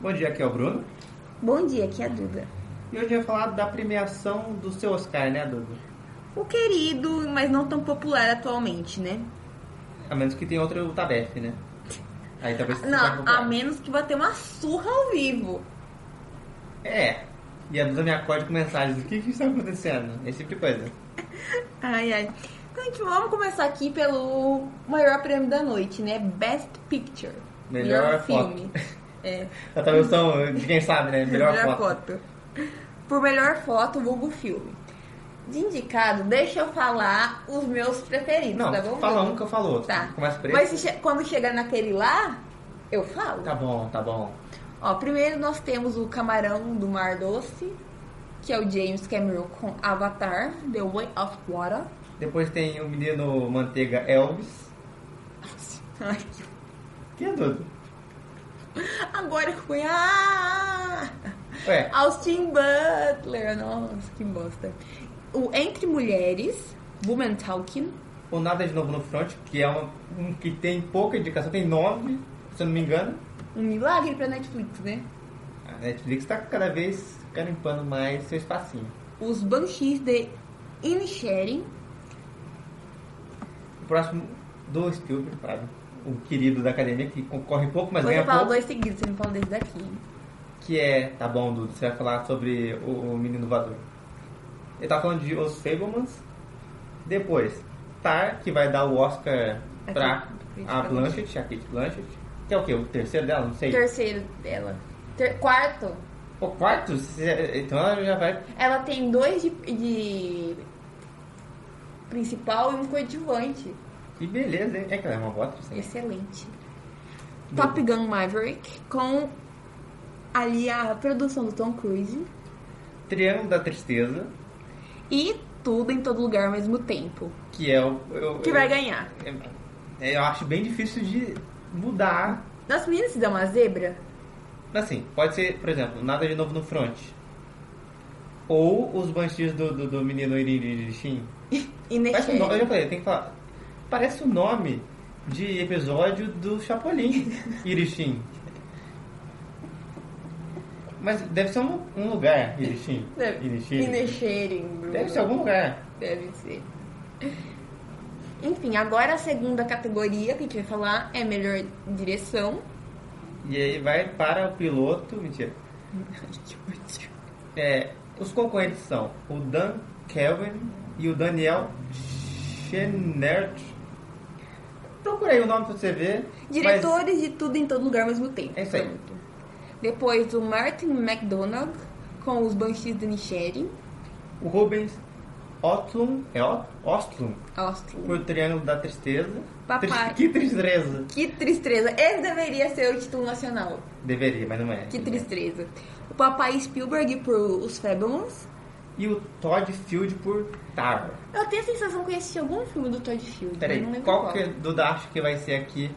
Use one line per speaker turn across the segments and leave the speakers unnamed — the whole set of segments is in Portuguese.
Bom dia, aqui é o Bruno.
Bom dia, aqui é a Duda.
E hoje eu ia falar da premiação do seu Oscar, né, Duda?
O querido, mas não tão popular atualmente, né?
A menos que tenha outro o Tabef, né? Aí talvez seja
Não,
popular.
a menos que bater uma surra ao vivo.
É. E a Duda me acorde com mensagens. O que que está acontecendo? Esse tipo de coisa.
Ai, ai. Então, gente, vamos começar aqui pelo maior prêmio da noite, né? Best Picture.
Melhor foto.
filme. É,
A tradução, de quem sabe, né? Melhor, foto.
Por melhor foto, vulgo filme. De indicado, deixa eu falar os meus preferidos,
Não,
tá bom?
fala um que eu falo outro.
Tá.
Começa por
Mas
esse.
se che- quando chegar naquele lá, eu falo.
Tá bom, tá bom.
Ó, primeiro nós temos o Camarão do Mar Doce, que é o James Cameron com Avatar, The Way of Water.
Depois tem o menino Manteiga Elvis.
Ai, que-
Quem é Duda?
Agora foi. Ah!
Ué,
Austin Butler. Nossa, que bosta. O Entre Mulheres, Woman Talking.
o Nada de Novo no Front, que é uma, um que tem pouca indicação, tem nove, se eu não me engano.
Um milagre pra Netflix, né?
A Netflix tá cada vez carimpando mais seu espacinho.
Os Banshees de Inisherin.
O próximo do Spielberg, claro. O querido da academia, que concorre pouco, mas
Você
ganha
fala
pouco.
dois seguidos, você não fala desse daqui.
Que é, tá bom, Dudu, você vai falar sobre o, o menino voador. Ele tá falando de Os Fablemans. Depois, Tar, que vai dar o Oscar
A
pra
Kate-
a
Kate
Blanchett, a Kate Blanchett. Que é o quê? O terceiro dela? Não sei.
Terceiro dela. Ter- quarto.
O quarto? Se- Então ela já vai.
Ela tem dois de, de principal e um coadjuvante.
Que beleza, hein? É que ela é uma boa atriz. né?
Excelente. Top Gun Maverick com ali a produção do Tom Cruise
Triângulo da Tristeza,
e tudo em todo lugar ao mesmo tempo.
que é o. eu-
Que
eu-
vai ganhar.
É, Eu acho bem difícil de mudar.
Nossa, menina, se dá uma zebra?
Assim, pode ser, por exemplo, nada de novo no front. Ou os banshees do, do, do menino Iririshin.
E
Parece um nome, eu
Nechelle.
já falei, tem que falar. Parece o nome de episódio do Chapolin Irishin. Mas deve ser um, um lugar, Irishin. Irishin.
Inesherem, Bruno.
Deve ser algum lugar.
Deve ser. Enfim, agora a segunda categoria que a gente vai falar é melhor direção.
E aí vai para o piloto. Mentira. É, os concorrentes são o Dan Kelvin e o Daniel Schenert. Procura aí o nome pra você ver. mas
Diretores de tudo em todo lugar ao mesmo tempo.
É isso aí.
Pronto. Depois o Martin McDonagh com os Banshees de Nicheri,
O Rubens Ostlund, é Ot- Ostlund,
Austin.
por Triângulo da Tristeza.
Papai.
Tris- que tristeza.
Que tristeza. Esse deveria ser o título nacional.
Deveria, mas não é.
Que
Não é.
tristeza. O papai Spielberg por Os Fabulous.
E o Todd Field por Tar.
Eu tenho a sensação que eu assisti algum filme do Todd Field. mas
Peraí,
não lembro
qual que é do acho que vai ser aqui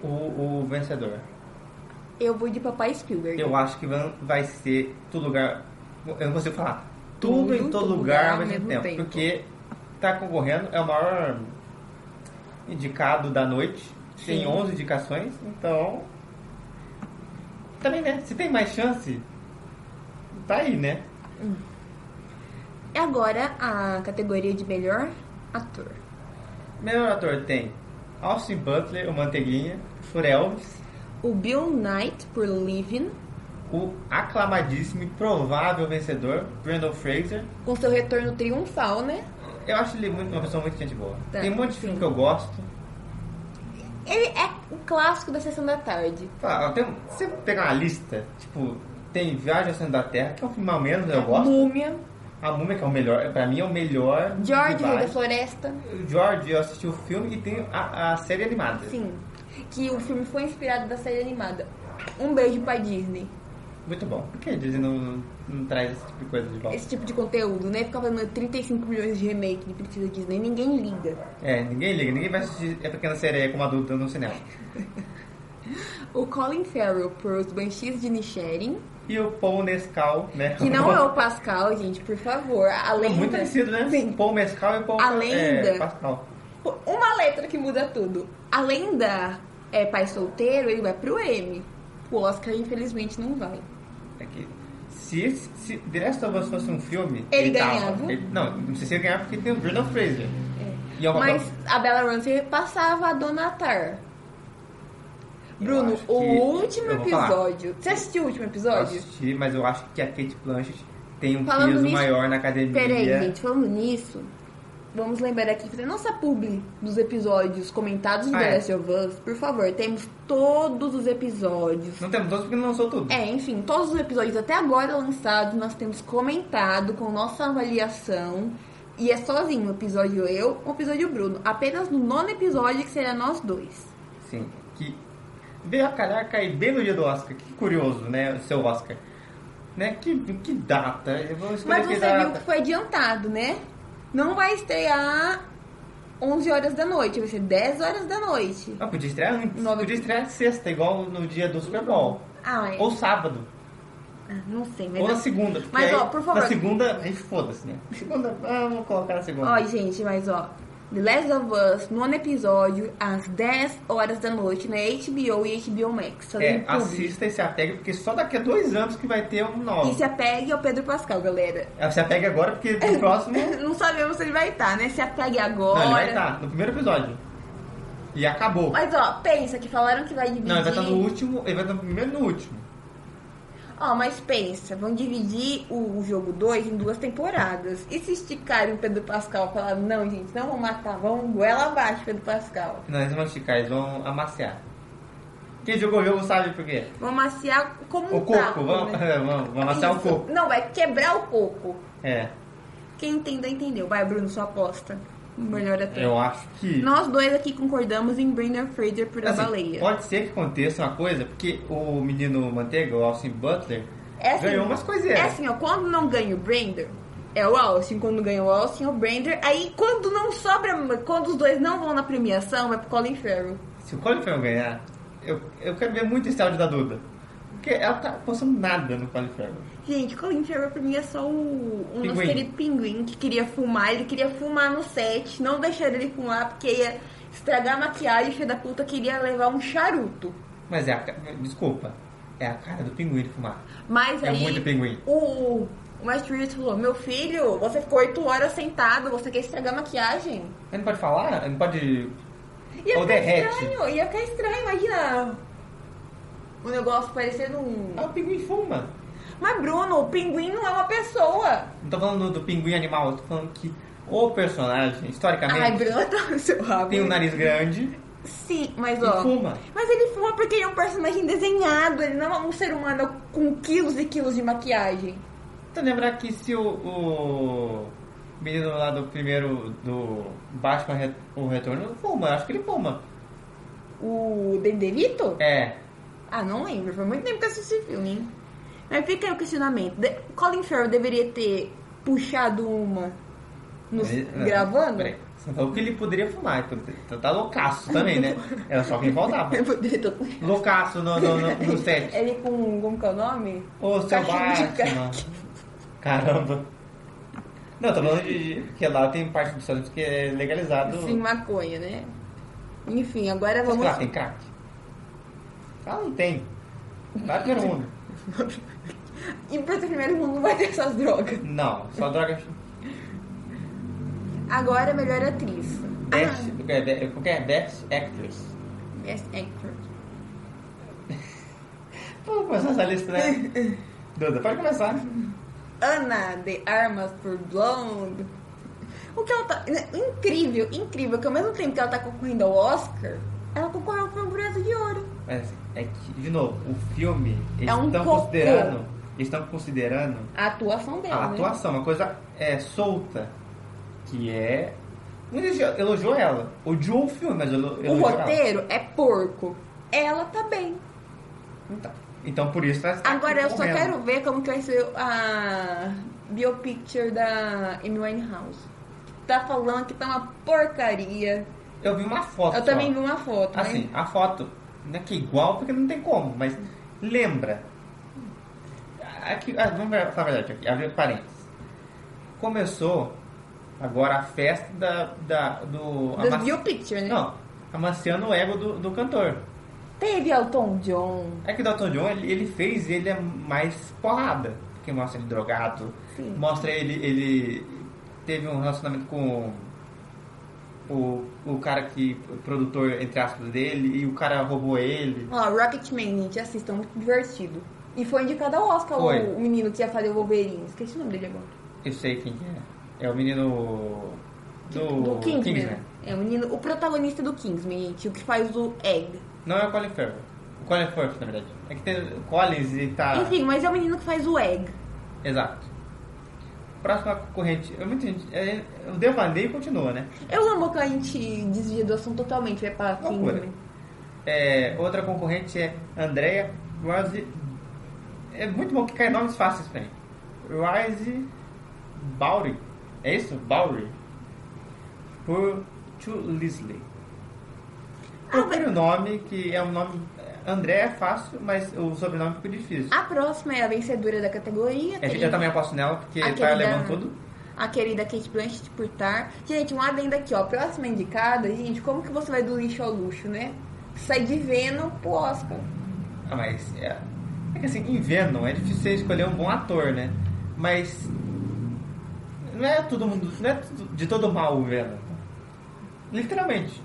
o- o vencedor?
Eu vou de papai Spielberg.
Eu acho que vai- vai ser todo lugar. Eu não consigo falar. Tudo,
Tudo
em todo lugar ao mesmo tempo,
tempo.
Porque tá concorrendo, é o maior indicado da noite.
Sim.
Tem 11 indicações, então. Também, né? Se tem mais chance, tá aí, né?
E É agora a categoria de melhor ator.
Melhor ator tem Austin Butler, o Manteiguinha, por Elvis,
O Bill Knight por Living.
o aclamadíssimo e provável vencedor, Brandon Fraser,
Com seu retorno triunfal, né?
Eu acho ele muito, uma pessoa muito gente boa.
Tá.
Tem um monte de filme que eu gosto.
Ele é o clássico da sessão da tarde.
Tá, ó, tem um- se você pegar uma lista, tipo, tem Viagem ao Centro da Terra, que é um filme ao menos, eu gosto.
Múmia,
A Múmia, que é o melhor, pra mim é o melhor. de
George da
vários.
Floresta.
O George, eu assisti o filme e tem a, a série animada.
Sim. Que o filme foi inspirado da série animada. Um beijo pra Disney.
Muito bom. Por que a Disney não, não traz esse tipo de coisa de volta?
Esse tipo de conteúdo, né? Ficar fazendo 35 milhões de remake de Princesa Disney. Ninguém liga.
É, ninguém liga, ninguém vai assistir a pequena série como adulta no cinema.
O Colin Farrell por Os Banshees de Nichiren.
E o Paul Nescau, né?
Que não é o Pascal, gente, por favor. A lenda...
Muito parecido, né?
Sim.
Paul Mescal e Paul
A
é,
lenda.
Pascal.
Uma letra que muda tudo. A lenda é pai solteiro, ele vai pro M. pro Oscar, infelizmente não vai.
É que se, se The Last of Us fosse um filme.
Ele
tava.
ganhava.
Ele- não, não sei se ele ganhava porque tem o Brendan Fraser.
É.
E é uma
Mas a Bella Ramsey passava a Donatar. Bruno,
acho
o
que-
último
eu vou falar.
episódio. Você assistiu o último
Eu
episódio?
assisti, mas eu acho que a Kate Blanchett tem um
Falando
peso
nisso-
maior na academia.
Peraí, gente, falando nisso, vamos lembrar aqui, fazer nossa publi dos episódios comentados do
Ah,
The
é.
Last of Us, por favor, temos todos os episódios.
Não temos todos porque não lançou tudo.
É, enfim, todos os episódios até agora lançados, nós temos comentado com nossa avaliação. E é sozinho, um episódio eu, um episódio Bruno. Apenas no nono episódio que será nós dois.
Sim. Que veio a calhar cair bem no dia do Oscar. Que curioso, né? O seu Oscar. Né? Que, que data. Eu vou escolher
Mas
que
você
data.
viu que foi adiantado, né? Não vai estrear 11 horas da noite, vai ser 10 horas da noite.
Ah, podia estrear antes.
Nove-
Podia estrear sexta, igual no dia do Super Bowl.
Ah, é.
Ou sábado.
Ah, Não sei, mas.
Ou assim, na segunda. porque
Mas,
aí,
ó, por favor.
Na segunda, a gente foda-se, né? Segunda, ah, vamos colocar na segunda.
Ó, gente, mas ó. The Last of Us, nono episódio, às 10 horas da noite, na HBO e HBO Max. Só
é,
tem público.
assista e se apegue, porque só daqui a dois anos que vai ter um
E
novo.
se apegue ao Pedro Pascal, galera.
É, Se apegue agora, porque no próximo...
Não sabemos se ele vai estar, né? Se apegue agora.
Não, ele vai estar no primeiro episódio. E acabou.
Mas ó, pensa que falaram que vai dividir.
Não, ele vai estar no último, ele vai estar no primeiro e no último.
Ó, mas pensa, vão dividir o, o jogo 2 em duas temporadas. E se esticarem o Pedro Pascal e falar, não, gente, não vão matar, vão goela abaixo, Pedro Pascal.
Não, eles vão esticar, eles vão amaciar. Quem jogou o jogo sabe por quê.
Vão maciar como um
O
taco,
coco, vamos,
né?
é, vamos, vamos amaciar o
Isso.
coco.
Não, vai quebrar o coco.
É,
Quem entendeu, entendeu. Vai, Bruno, sua aposta. Melhor até.
eu acho que...
Nós dois aqui concordamos em Brendan Fraser por a
Assim,
baleia.
Pode ser que aconteça uma coisa, porque o menino Manteiga, o Austin Butler,
É assim,
ganhou umas coisinhas.
É assim, ó, quando não ganha o Brander, é o Austin. Quando ganha o Austin, é o Brander. Aí, quando não sobra, quando os dois não vão na premiação, vai pro Colin Farrell.
Se o Colin Farrell ganhar, eu, eu quero ver muito esse áudio da Duda. Porque ela tá postando nada no Colin Farrell.
Gente, Colin Farrell pra mim é só o, o nosso
Pinguim.
querido pinguim que queria fumar. Ele queria fumar no set, não deixaram ele fumar porque ia estragar a maquiagem. Filho da puta queria levar um charuto.
Mas é a ca- Desculpa. É a cara do pinguim de fumar.
Mas
É
aí.
muito pinguim.
O, o Matt Reeves falou: Meu filho, você ficou oito horas sentado, você quer estragar a maquiagem?
Ele não pode falar? Ele não pode.
Ia
Ou
ficar
derrete.
estranho, ia ficar estranho, imagina. O negócio parecendo um.
Ah, o pinguim fuma.
Mas Bruno, o pinguim não é uma pessoa.
Não tô falando do pinguim animal, eu tô falando que o personagem, historicamente,
Ai, Bruno, tá no seu rabo.
tem um nariz grande
Sim, mas ó.
e fuma.
Mas ele fuma porque ele é um personagem desenhado, ele não é um ser humano com quilos e quilos de maquiagem.
Então lembrar que se o, o menino lá do primeiro do Batman Re- o Retorno fuma, eu acho que ele fuma.
O Dendevito?
É.
Ah, não lembro, foi muito tempo que eu assisti esse filme, hein? Mas fica aí o questionamento. De- Colin Farrell deveria ter puxado uma nos...
Ele- é.
gravando?
Peraí, você falou que ele poderia fumar, então tá- tá loucaço também, né? Era só quem faltava.
Eu poderia ter
Loucaço no, no, no, no set.
Ele com. Como que é o nome?
Ô, seu
Cachimbo de
Batman. Caramba. Não, tô falando de, de- que lá tem parte dos Estados Unidos que é legalizado.
Sim, maconha, né? Enfim, agora
Vamos
vamos.
lá, tem crack. Ah, não tem. Lá é primeiro mundo.
E pro primeiro mundo vai ter essas drogas.
Não, só droga
Agora, melhor atriz.
Best, o que é be- o que é Best Actress.
Ah, best Actor.
Vamos começar essa lista, né? Duda, pode começar.
Ana de Armas por Blonde. O que ela tá. Incrível, incrível, que ao mesmo tempo que ela tá concorrendo ao Oscar, ela concorreu para um Brasil de Ouro.
Mas é que, de novo, o filme, eles
É um
estão
cocô.
considerando. Eles estão considerando
A atuação dela.
a
né?
atuação, uma coisa é, solta. Que é. Um elogio- elogiou ela. Odiou o filme, mas elo-
O
elogiou ela.
roteiro é porco. Ela tá bem.
Então, então por isso ela está
Agora eu só
concorrendo.
quero ver como que vai ser a biopicture da Amy Winehouse. Tá falando que tá uma porcaria.
Eu vi uma foto.
Eu
só.
também vi uma foto, né?
Assim, a foto não é que é igual porque não tem como, mas lembra. Aqui, ah, vamos ver- falar a verdade aqui, abrir parênteses. Começou agora a festa da, da, do.
Das
amaci-
biopicture, né?
Não, amaciando o ego do, do cantor.
Teve Elton John.
É que o Elton John, ele, ele fez ele é mais porrada. Porque mostra ele drogado.
Sim.
Mostra ele... Ele teve um relacionamento com... O, o cara que... O produtor, entre aspas, dele. E o cara roubou ele.
Ó, Rocketman, gente, assistam, muito divertido. E foi indicado ao Oscar
Foi.
o, o menino que ia fazer o Wolverine. Esqueci o nome dele agora.
Eu sei quem que é. É o menino... Do,
do Kingsman. É o menino, o protagonista do Kingsman, gente, o que faz o Egg.
Não é o Colin Farrell. O Colin Firth, na verdade. É que tem o Collins e tá...
Enfim, mas é o menino que faz o Egg.
Exato. Próxima concorrente. Eu, muita gente, é, eu devaneio e continua, né?
Eu amo que a gente desvia do assunto totalmente, vai pra
Loucura.
Kingsman.
É, outra concorrente é Andrea Rise. É muito bom que cai nomes fáceis pra mim. Rise Bowery. É isso? Bowery. Por To Leslie.
Ah,
Eu quero um nome que é um nome. André é fácil, mas o sobrenome ficou difícil.
A próxima é a vencedora da categoria.
É,
tem
eu também aposto nela, porque
a
tá
querida-
levando tudo.
A querida Kate Blanchett por Tar. Gente, um adendo aqui, ó. Próxima indicada, gente, como que você vai do lixo ao luxo, né? Sai de Venom pro Oscar.
Ah, mas é, é que assim, em Venom é difícil você escolher um bom ator, né? Mas não é todo mundo, não é tudo- de todo mal o Venom. Literalmente.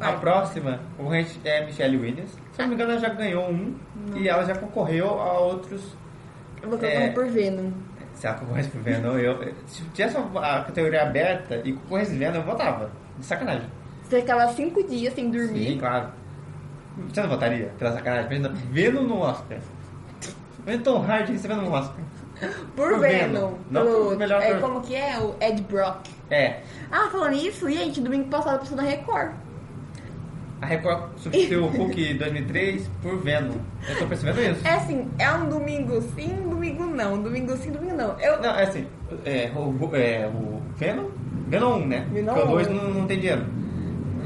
A
Vai.
próxima concorrente é Michelle Williams. Se eu não me engano, ela já ganhou um e ela já concorreu a outros.
Eu vou colocar
É.
por Venom.
Se ela concorresse pro Venom, eu. Se tivesse a categoria aberta e concorresse Venom, eu votava. De sacanagem.
Você ficava cinco dias sem dormir.
Sim, claro. Você não votaria pela sacanagem? Imagina Venom no Oscar. Imagina Tom Hardy recebendo um Oscar.
Por
Por
Venom.
Venom. Não
Pelo-
por melhor
é,
ator.
Como que é? O Ed Brock.
É,
Ah, falando isso, gente, domingo passado passou na Record.
a Record substituiu o Hulk 2003 por Venom. Eu tô percebendo isso.
É assim, é um domingo sim, domingo não. Domingo sim, domingo não. Eu...
Não, é assim, é, o, é, o Venom, Venom 1, né?
Venom
Porque o 2
um.
não, não tem dinheiro.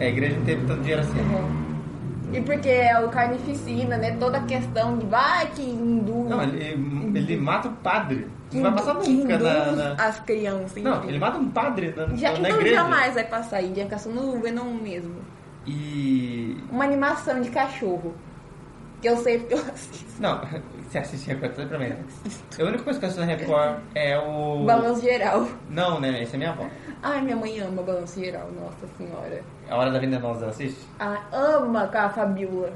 É, A igreja não teve tanto dinheiro assim.
E porque é o carnificina, né? Toda a questão de vai que induz.
Não, ele, ele mata o padre.
que
Não vai passar
indu- que
nunca na...
induz
na-
As crianças.
Não,
enfim.
ele mata um padre na, na,
Ah, Já,
na
então
igreja.
jamais vai passar aí, ia ficar só no Venom mesmo.
E
Uma animação de cachorro. Que eu sei porque eu assisto.
Não, você assiste Record tudo pra mim. A única coisa que eu assisto na Record é o.
Balanço geral.
Não, né? Esse é minha avó.
Ai, minha mãe ama balanço geral, nossa senhora.
A Hora da Venenosa ela assiste.
Ah, ama com a Fabiola.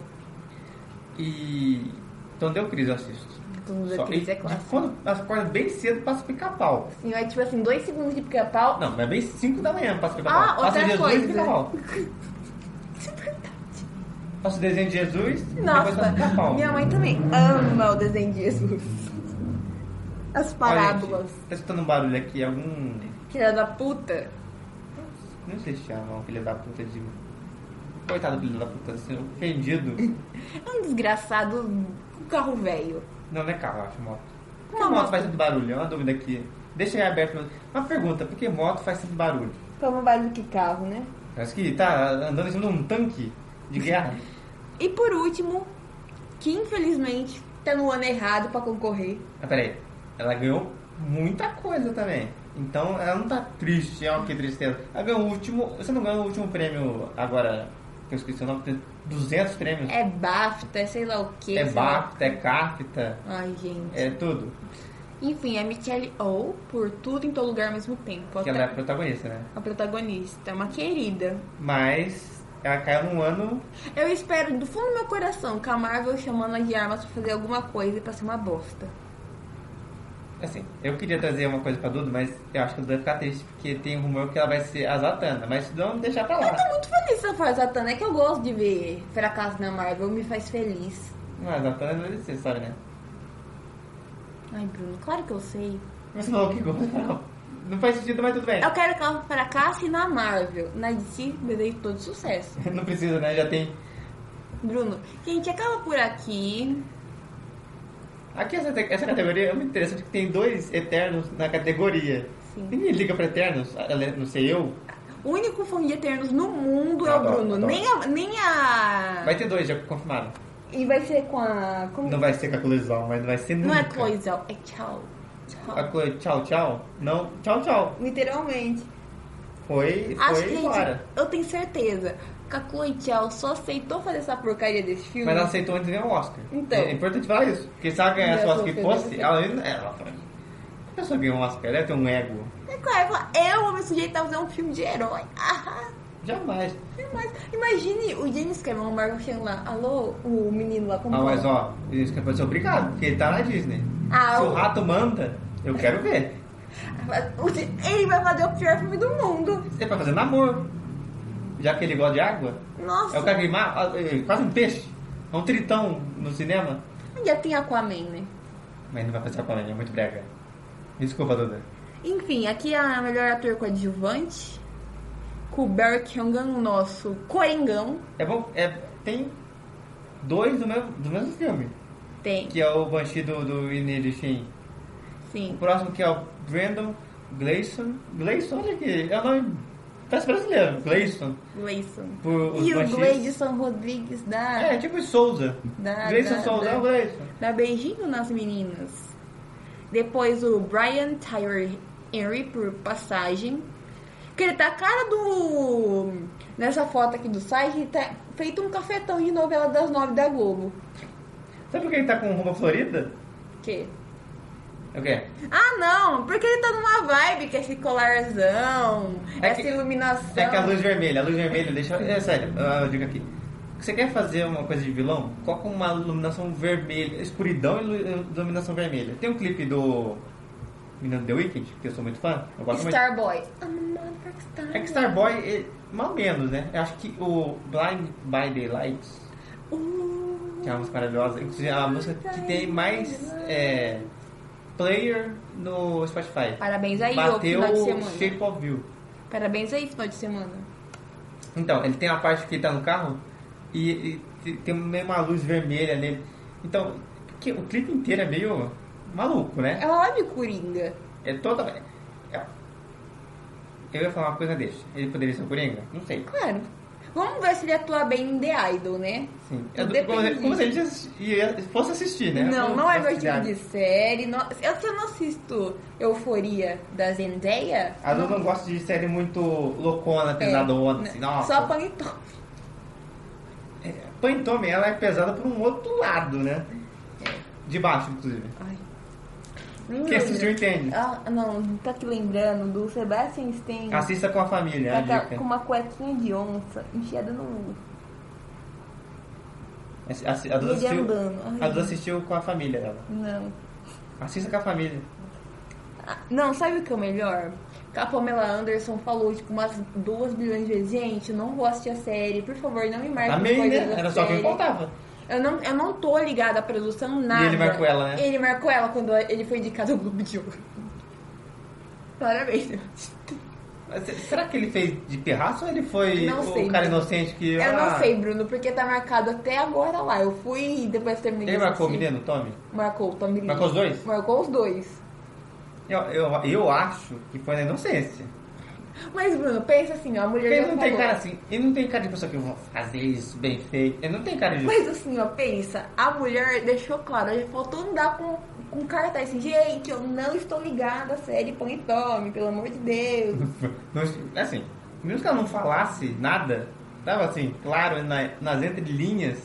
E. Então deu crise, eu assisto.
Tudo
Só-
daqueles
e
é clássico.
Quando as cordas bem cedo, passa pica-pau.
Assim, é tipo assim, dois segundos de pica-pau.
Não, mas é bem 5 da manhã, passa pica-pau.
Ah,
passa
outra
Jesus
coisa.
e pica-pau.
Isso é verdade.
Passa o desenho de Jesus depois passa
Nossa,
pica-pau.
minha mãe também ama o desenho de Jesus. As parábolas.
Olha, gente, tá escutando um barulho aqui, algum.
Filha da puta.
Não sei se chama, um filho da puta de. Coitado do filho da puta, assim, ofendido.
É um desgraçado com carro velho.
Não, não é carro, eu acho moto. Por que
Uma
moto,
moto.
faz tanto barulho? É uma dúvida aqui. Deixa aí aberto. pra- Uma pergunta, por que moto faz tanto barulho?
Como barulho que carro, né?
Parece que tá andando em cima de um tanque de guerra.
E por último, que infelizmente tá no ano errado pra concorrer.
Mas Ah, peraí, ela ganhou muita coisa também. Então ela não tá triste, é uma que tristeza. Ela ganhou o último. Você não ganhou o último prêmio agora, que eu esqueci o nome, tem 200 prêmios.
É BAFTA, é sei lá o que.
É BAFTA, é CAFTA,
Ai, gente.
é tudo.
Enfim, é Michelle O por tudo em todo lugar ao mesmo tempo.
Que
Até
ela é a protagonista, né?
A protagonista, uma querida.
Mas ela caiu num ano
Eu espero do fundo do meu coração que a Marvel chamando a de armas pra fazer alguma coisa e pra ser uma bosta.
Assim, eu queria trazer uma coisa pra Duda, mas eu acho que a Duda vai ficar triste, porque tem um rumor que ela vai ser a Zatanna, mas não deixar pra
Eu tô
lá.
muito feliz se ela for a Zatanna, é que eu gosto de ver fracasso na Marvel, me faz feliz.
Não, a Zatanna vai ser, sabe, né?
Ai, Bruno, claro que eu sei.
Você falou que gosta, não. Não faz sentido, mas tudo bem.
Eu quero que ela fracasse na Marvel. Na DC, desejo todo sucesso.
Não precisa, né? Já tem.
Bruno, gente, acaba por aqui.
Aqui essa, essa categoria é muito interessante porque tem dois Eternos na categoria.
Sim.
Ninguém liga pra Eternos, ela- não sei eu.
O único fã de Eternos no mundo é o
Adoro,
Bruno.
adoro.
Nem a, nem a.
Vai ter dois, já confirmaram.
E vai ser com a. Como...
Não vai ser com a Cloizal, mas não vai ser
Não
nunca.
é Cloizal, é tchau.
A
Tchau.
Chloe, tchau, tchau. Não, tchau, tchau.
Literalmente.
Foi,
Acho que,
foi
gente,
embora.
eu tenho certeza. que a Chloe Zhao só aceitou fazer essa porcaria desse filme.
Mas ela aceitou antes de ganhar o Oscar.
Então.
É importante falar isso. Porque se ela ganhasse o
Ela
Oscar e
sofreu,
fosse,
né?
ela, ela, ela foi. A pessoa ganhou um Oscar, ela tem um ego.
É claro, ela fala, eu vou me sujeitar a fazer um filme de herói. Ah,
Jamais.
mas imagine o James Cameron, o Margot chegando lá. Alô, o menino lá. Como
Ah, mas
fala?
ó, isso que eu ser obrigado, porque ele tá na Disney.
Ah,
se o
o-
rato manda, eu quero ver.
O Di- Ele vai fazer o pior filme do mundo.
Você vai é fazer namoro. Já que ele gosta de água,
Nossa.
é o cara que ma- ah, é quase um peixe. É um tritão no cinema.
Já tem Aquaman, né?
Mas não vai fazer com ele, é muito brega. Desculpa, Duda.
Enfim, aqui a melhor ator coadjuvante. Com o Barry Keoghan, nosso coringão.
É bom, é, tem dois do mesmo, do mesmo filme.
Tem,
Que é o Banshee do, do Inishin. O
sim.
próximo que é o Brandon Gleison. Gleison, olha aqui, é o nome. Parece brasileiro, Gleison.
Gleison.
Por os
E o
baixistas.
Gleison Rodrigues da,
É, tipo Souza.
Ah. Da-
Gleison
da-
Souza,
da-
é o Gleison.
da Beijinho nas Meninas. Depois o Brian Tyler Henry por passagem. Que ele tá a cara do. Nessa foto aqui do site, ele tá feito um cafetão de novela das nove da Globo.
Sabe por que ele tá com roupa florida?
Que?
É o quê?
Ah, não! Porque ele tá numa vibe que é esse colarzão,
É
essa
que-
iluminação.
É que a luz vermelha, a luz vermelha deixa. É sério, ah, eu digo aqui. Você quer fazer uma coisa de vilão? Coloca uma iluminação vermelha, escuridão e lu- iluminação vermelha. Tem um clipe do. Menino The Weeknd, que eu sou muito fã. Eu gosto muito.
Starboy. I'm a motherfucker
É que Starboy, ele- mal menos, né? Eu acho que o Blind by Daylight,
Uh,
que é uma música maravilhosa, inclusive é a música que tem mais é, player no Spotify.
Parabéns aí, ô
Bateu
final de semana.
Shape of You.
Parabéns aí, final de semana.
Então, ele tem uma parte que ele tá no carro e, e te- tem meio uma luz vermelha nele. Então, porque o clipe inteiro é meio maluco, né?
É uma live coringa.
É toda. é- Eu ia falar uma coisa desse. Ele poderia ser o Coringa? Não sei.
Claro. Vamos ver se ele atua bem em The Idol, né?
Sim. É do-
Depende.
como, se- como se ele já assisti- ia- fosse assistir, né?
Não,
Eu-
não é
eu-
meu tipo de série. Não, eu só não assisto Euforia da Zendaya.
A Lu Ah, não gosta de série muito loucona, pesadona,
É,
assim,
né?
nossa.
Só panetone.
É, Pan Tommy, ela é pesada por um outro lado, né?
É.
De baixo, inclusive.
Ai. Não
Quem assistiu
lembro.
entende.
Ah, não, tá aqui lembrando do Sebastian Stan.
Assista com a família, Ah, é a
Hum. tá ca-
dica.
com uma cuequinha de onça enfiada no.
A, a- a Duda
Ele
assistiu,
andando. Ai,
a Duda
não.
assistiu com a família dela.
Não.
Assista com a família.
Ah, Não, sabe o que é o melhor? Que a Pamela Anderson falou, tipo, umas duas bilhões de vezes, gente, eu não vou assistir a série, por favor, não me marque
Amém,
coisas
né?
da
Era só o que
série."
faltava.
Eu não, eu não tô ligada à produção, nada.
ele marcou ela, né?
Ele marcou ela quando ele foi indicado ao Globo de Ouro. Parabéns.
Mas se- Será que ele fez de pirraça ou ele foi
Não
o
sei,
cara
Bruno.
inocente que...
Eu
ah,
não sei, Bruno, porque tá marcado até agora lá. Eu fui e depois terminei.
Ele
de
marcou o
assistir.
menino, Tommy?
Marcou, Tom Lee.
Marcou os dois?
Marcou os dois.
Eu, eu, eu acho que foi na inocência.
Mas, Bruno, pensa assim, ó, a mulher
Porque ele
já
não tem
falou.
cara assim. Ele não tem cara de pessoa que eu vou fazer isso bem feito. Ele não tem cara de...
Mas assim, ó, pensa, a mulher deixou claro, ela faltou andar com, com cartaz assim, gente, eu não estou ligada à série Pão e Tome, pelo amor de Deus.
Não- assim, mesmo que ela não falasse nada, tava assim, claro, na- nas entrelinhas...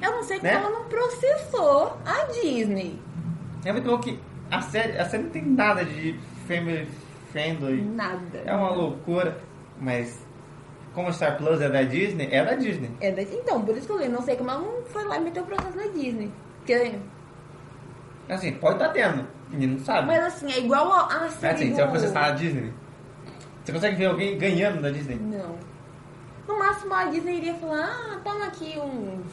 Eu não sei como
Né?
ela não processou a Disney.
É muito bom que a série, a série não tem nada de family friendly.
Nada.
É uma loucura. Mas como Star Plus é da Disney, é da Disney.
É, daí- então, por isso que eu falei, não sei como ela não foi lá e meteu o processo na Disney. Porque,
Assim, pode estar tendo. Ninguém não sabe.
mas assim, é igual a, a
Mas
série
assim,
do...
você vai processar a Disney. Você consegue ver alguém ganhando da Disney?
Não. No máximo a Disney iria falar, ah, toma aqui uns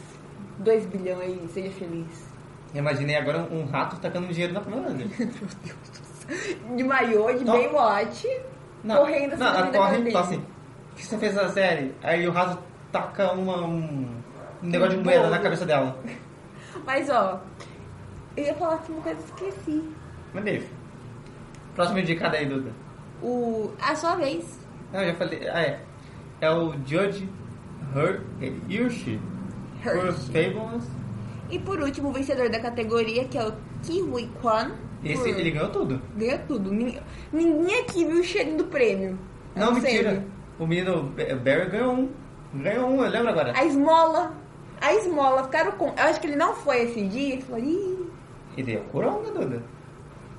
2 bilhões, seja feliz.
Imaginei agora um rato tacando dinheiro na Pamela Anderson.
De maiô, de
Não.
Baywatch,
Não,
correndo
não, ela
assim,
corre e fala assim, o que você fez na série? Aí o rato taca uma, um, um negócio de moeda
bolo.
na cabeça dela.
Mas ó, eu ia falar aqui uma coisa que eu esqueci.
Mas deixa. Próximo indicado aí, Duda.
O. A sua vez.
Não, eu já falei. Ah, é. É o Judge Her Hirsch. Por
Hirsch.
Fables.
E por último, o vencedor da categoria, que é o Kiwi Kwan.
Esse,
por-
ele ganhou tudo.
ganhou tudo. Ninguém, ninguém aqui viu o cheiro do prêmio.
Não,
sei.
mentira. O menino Be- Barry ganhou um. Ganhou um, eu lembro agora.
A esmola. A esmola. Ficaram com. Eu acho que ele não foi esse dia. Ele falou, ih.
E deu coronga, Duda.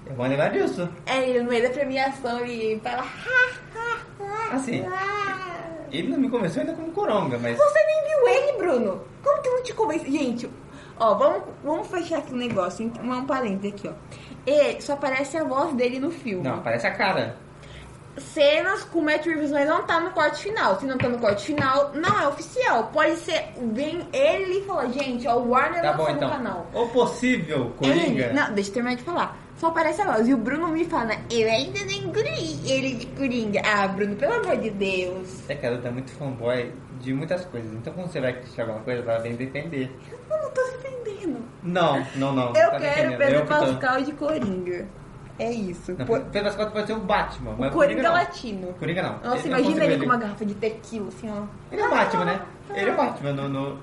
É bom lembrar disso.
É, ele no meio da premiação ele fala, ha, ha, ha.
Assim.
ha."
Ele não me convenceu ainda como coronga, mas.
Você nem viu ele, Bruno. Como que não te convence? Gente, ó, vamos, vamos fechar aqui o negócio. Então, um parênteses aqui, ó. E só aparece a voz dele no filme.
Não, parece a cara.
Cenas com o Matt Reeves, mas não tá no corte final. Se não tá no corte final, não é oficial. Pode ser, vem ele e fala, gente, ó, o Warner
Tá
lançou
bom
no
então.
canal.
O possível
Ele-
Coringa.
Não, deixa eu terminar de falar. Só aparece a voz. E o Bruno me fala, eu ainda não engoli ele de Coringa. Ah, Bruno, pelo amor de Deus.
É que a Duda é muito fanboy de muitas coisas. Então quando você vai criticar alguma coisa, ela vem defender.
Eu não tô se entendendo.
Não, não, não.
Eu
tá
quero
defendendo.
Pedro
Eu que tô-
Pascal de Coringa. É isso.
Não,
Pô,
Pedro Pascal pode ser o Batman, mas
Coringa,
o Coringa não.
latino.
Coringa não.
Nossa,
Eu não
imagina
consigo
ele com uma garrafa de tequila, assim, ó.
Ele é o Batman, né?
Ah.
Ele é o Batman, no, no...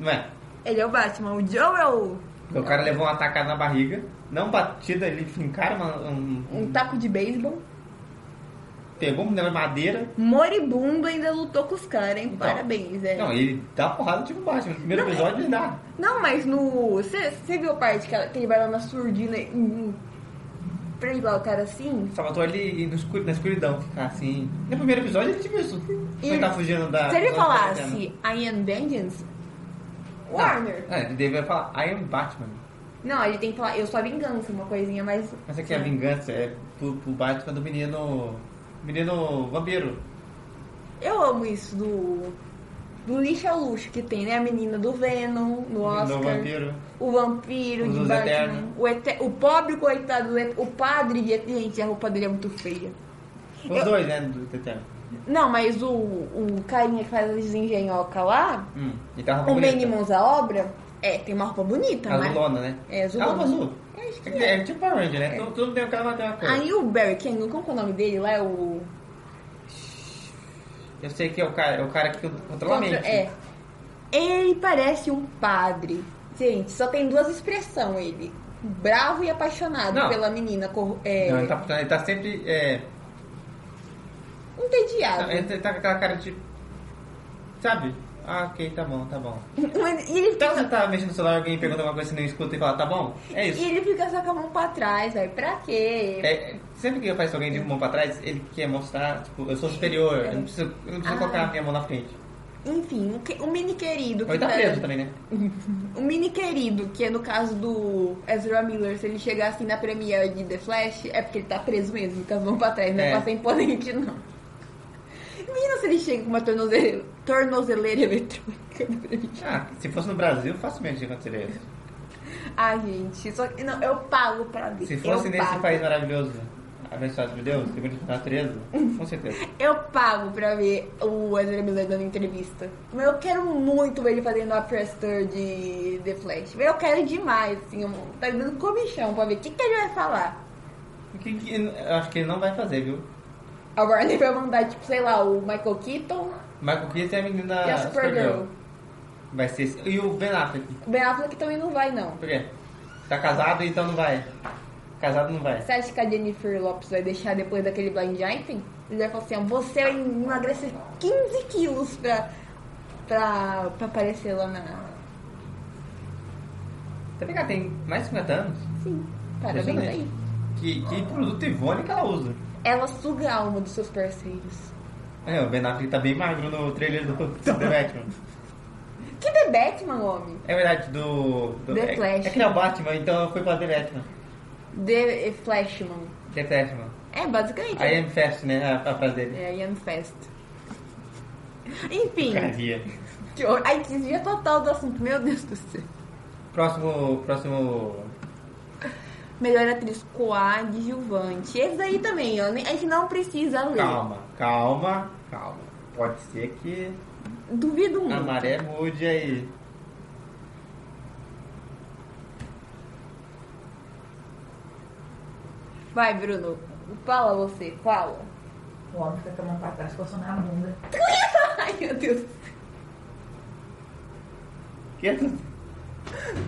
não é?
Ele é o Batman, o Joel.
O cara levou uma tacada na barriga, não batida, ele fincaram uma, um,
Um taco de beisebol.
pegou um de madeira.
Moribundo ainda lutou com os caras, hein? Parabéns, é.
Então. Não, ele dá porrada tipo Batman. No primeiro
Não, é-
episódio ele dá.
Não, mas no. Você viu a parte que, ela- que ele vai lá na surdina e. e- Prende lá o cara assim?
Só botou ele no escuro, na escuridão, ficar assim. No primeiro episódio ele tipo isso. Ele tá fugindo da.
Se ele
da-
falasse I am Vengeance,
Não,
Warner.
É, ele deveria falar, I am Batman.
Não, ele tem que falar, eu sou a vingança, uma coisinha mais.
Mas aqui a vingança é pro, pro Batman do menino. Menino vampiro.
Eu amo isso do. Do lixo ao luxo que tem, né? A menina do Venom, no Oscar.
Menino vampiro.
O vampiro
Os
de
Os
Batman.
Eternos.
O, ete- o pobre coitado, do et- o padre de Gente, a roupa dele é muito feia.
Os
Eu-
dois, né? Do Eterno.
Não, mas o, o carinha que faz as engenhoca lá,
Hum, e tá
o Menimons da obra, é, tem uma roupa bonita,
A
mas.
Zulona, né?
É,
É uma
azulona.
azul.
É, acho que
É, é tipo Power Ranger, né? Todo mundo tem um cara, mas tem uma cor.
Aí o Barry Keoghan, como que é o nome dele lá? É o.
Eu sei que é o cara, é o cara que controla a mente.
Contra- É. Ele parece um padre. Gente, só tem duas expressões ele. Bravo e apaixonado
Não.
pela menina. cor- É,
Não, ele tá, ele tá sempre. É,
Entediado.
ele tá- ele tá com aquela cara de. Sabe? Ah, ok, tá bom, tá bom.
Mas- E ele,
Então
fica,
você tá mexendo no celular, alguém pergunta alguma coisa que você não escuta e fala, tá bom? É
e
isso.
ele fica só com a mão pra trás, velho. Pra quê?
É, sempre que eu faço alguém de mão pra trás, ele quer mostrar, tipo, eu sou superior, eu não preciso, eu não preciso
Ah.
colocar a minha mão na frente.
Enfim, o, que- o mini querido.
Ou
Que
ele tá
tá-
preso também, né?
O Um mini querido, que é no caso do Ezra Miller, se ele chegar assim na premiere de The Flash, é porque ele tá preso mesmo, com as mãos pra trás, não é
É.
pra ser imponente, não. Imagina se ele chega com uma tornozele- tornozeleira eletrônica. na premiere.
Ah, se fosse no Brasil, facilmente aconteceria isso.
Ai, Ah, gente, só que não, eu pago pra ver.
Se fosse
eu
nesse
pago.
país maravilhoso, abençoado por Deus, segundo a natureza, com certeza.
Eu pago pra ver o Ezra Miller dando entrevista. Mas eu quero muito ver ele fazendo a press tour de The Flash. Eu quero demais, assim, eu- tá me dando comichão pra ver o que, que ele vai falar.
O que, que- eu acho que ele não vai fazer, viu?
A Warner vai mandar, tipo, sei lá, o Michael Keaton
Michael Keaton é a menina
e a Ah, Supergirl.
Vai ser esse- E o Ben Affleck.
O Ben Affleck também não vai, não.
Por quê? Tá casado, então não vai. Casado não vai.
Você acha que a Jennifer Lopes vai deixar depois daquele blind item? Ele vai falar assim, ó, você vai emagrecer 15 quilos pra, pra, pra aparecer lá na...
Tá ligado? Tem mais de 50 anos.
Sim, parabéns aí.
Impressionante. Que, que produto Ivone que ela usa.
Ela suga a alma dos seus parceiros.
É, o Ben Affleck tá bem magro no trailer do do The Batman.
Que The Batman, homem?
É verdade, do... do
The
é,
Flash.
É que não é o Batman, então eu fui pra The Batman.
The Flashman.
The Batman.
É, basicamente.
I am fast, né? A, a frase dele.
É, Ian Fest. Enfim.
Cardia.
Que horror. Ai, que dia total do assunto. Meu Deus do céu.
Próximo... Próximo...
Melhor atriz coadjuvante. Esse daí também, ó. nem- A gente não precisa ler.
Calma, calma, calma. Pode ser que
Duvido muito.
a maré mude aí.
Vai, Bruno. Fala você, fala.
O homem fica com a mão pra trás, coçando a bunda.
Ai, meu Deus.
Que-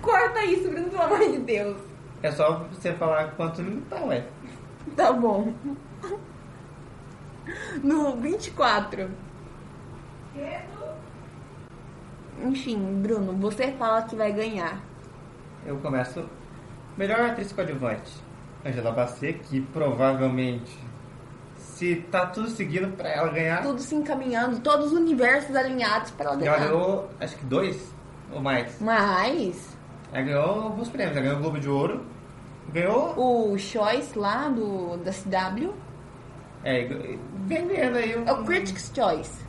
Corta isso, Bruno, pelo amor de Deus.
É só você falar quanto não tá, ué.
Tá bom. no 24. Enfim, Bruno, você fala que vai ganhar.
Eu começo. Melhor atriz coadjuvante. Angela Bassett, que provavelmente, se tá tudo seguindo pra ela ganhar.
Tudo se encaminhando, todos os universos alinhados para ela
Ela
ganhar.
ganhou, acho que dois ou mais.
Mas
Ela ganhou alguns prêmios. Ela ganhou o Globo de Ouro. Ganhou.
o Choice lá do, da CW
É, e- vem ganhando aí um.
é o Critics' Choice.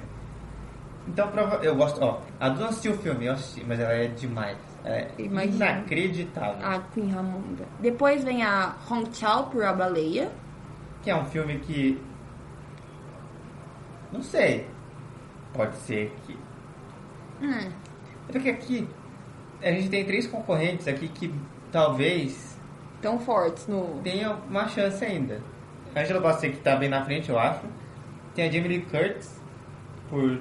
Então, prova- eu gosto. Ó, a Duda assistiu o filme, eu assisti, mas ela é demais. Ela é
Imagina. Ah.
inacreditável.
A Queen Ramonda. Depois vem a Hong Chao por A Baleia.
Que é um filme que. Não sei. Pode ser que.
Hum,
Porque aqui. A gente tem três concorrentes aqui que talvez
tão fortes no.
tenha uma chance ainda. A Angela Bassett, que tá bem na frente, eu acho. Tem a Jamie Lee Curtis, por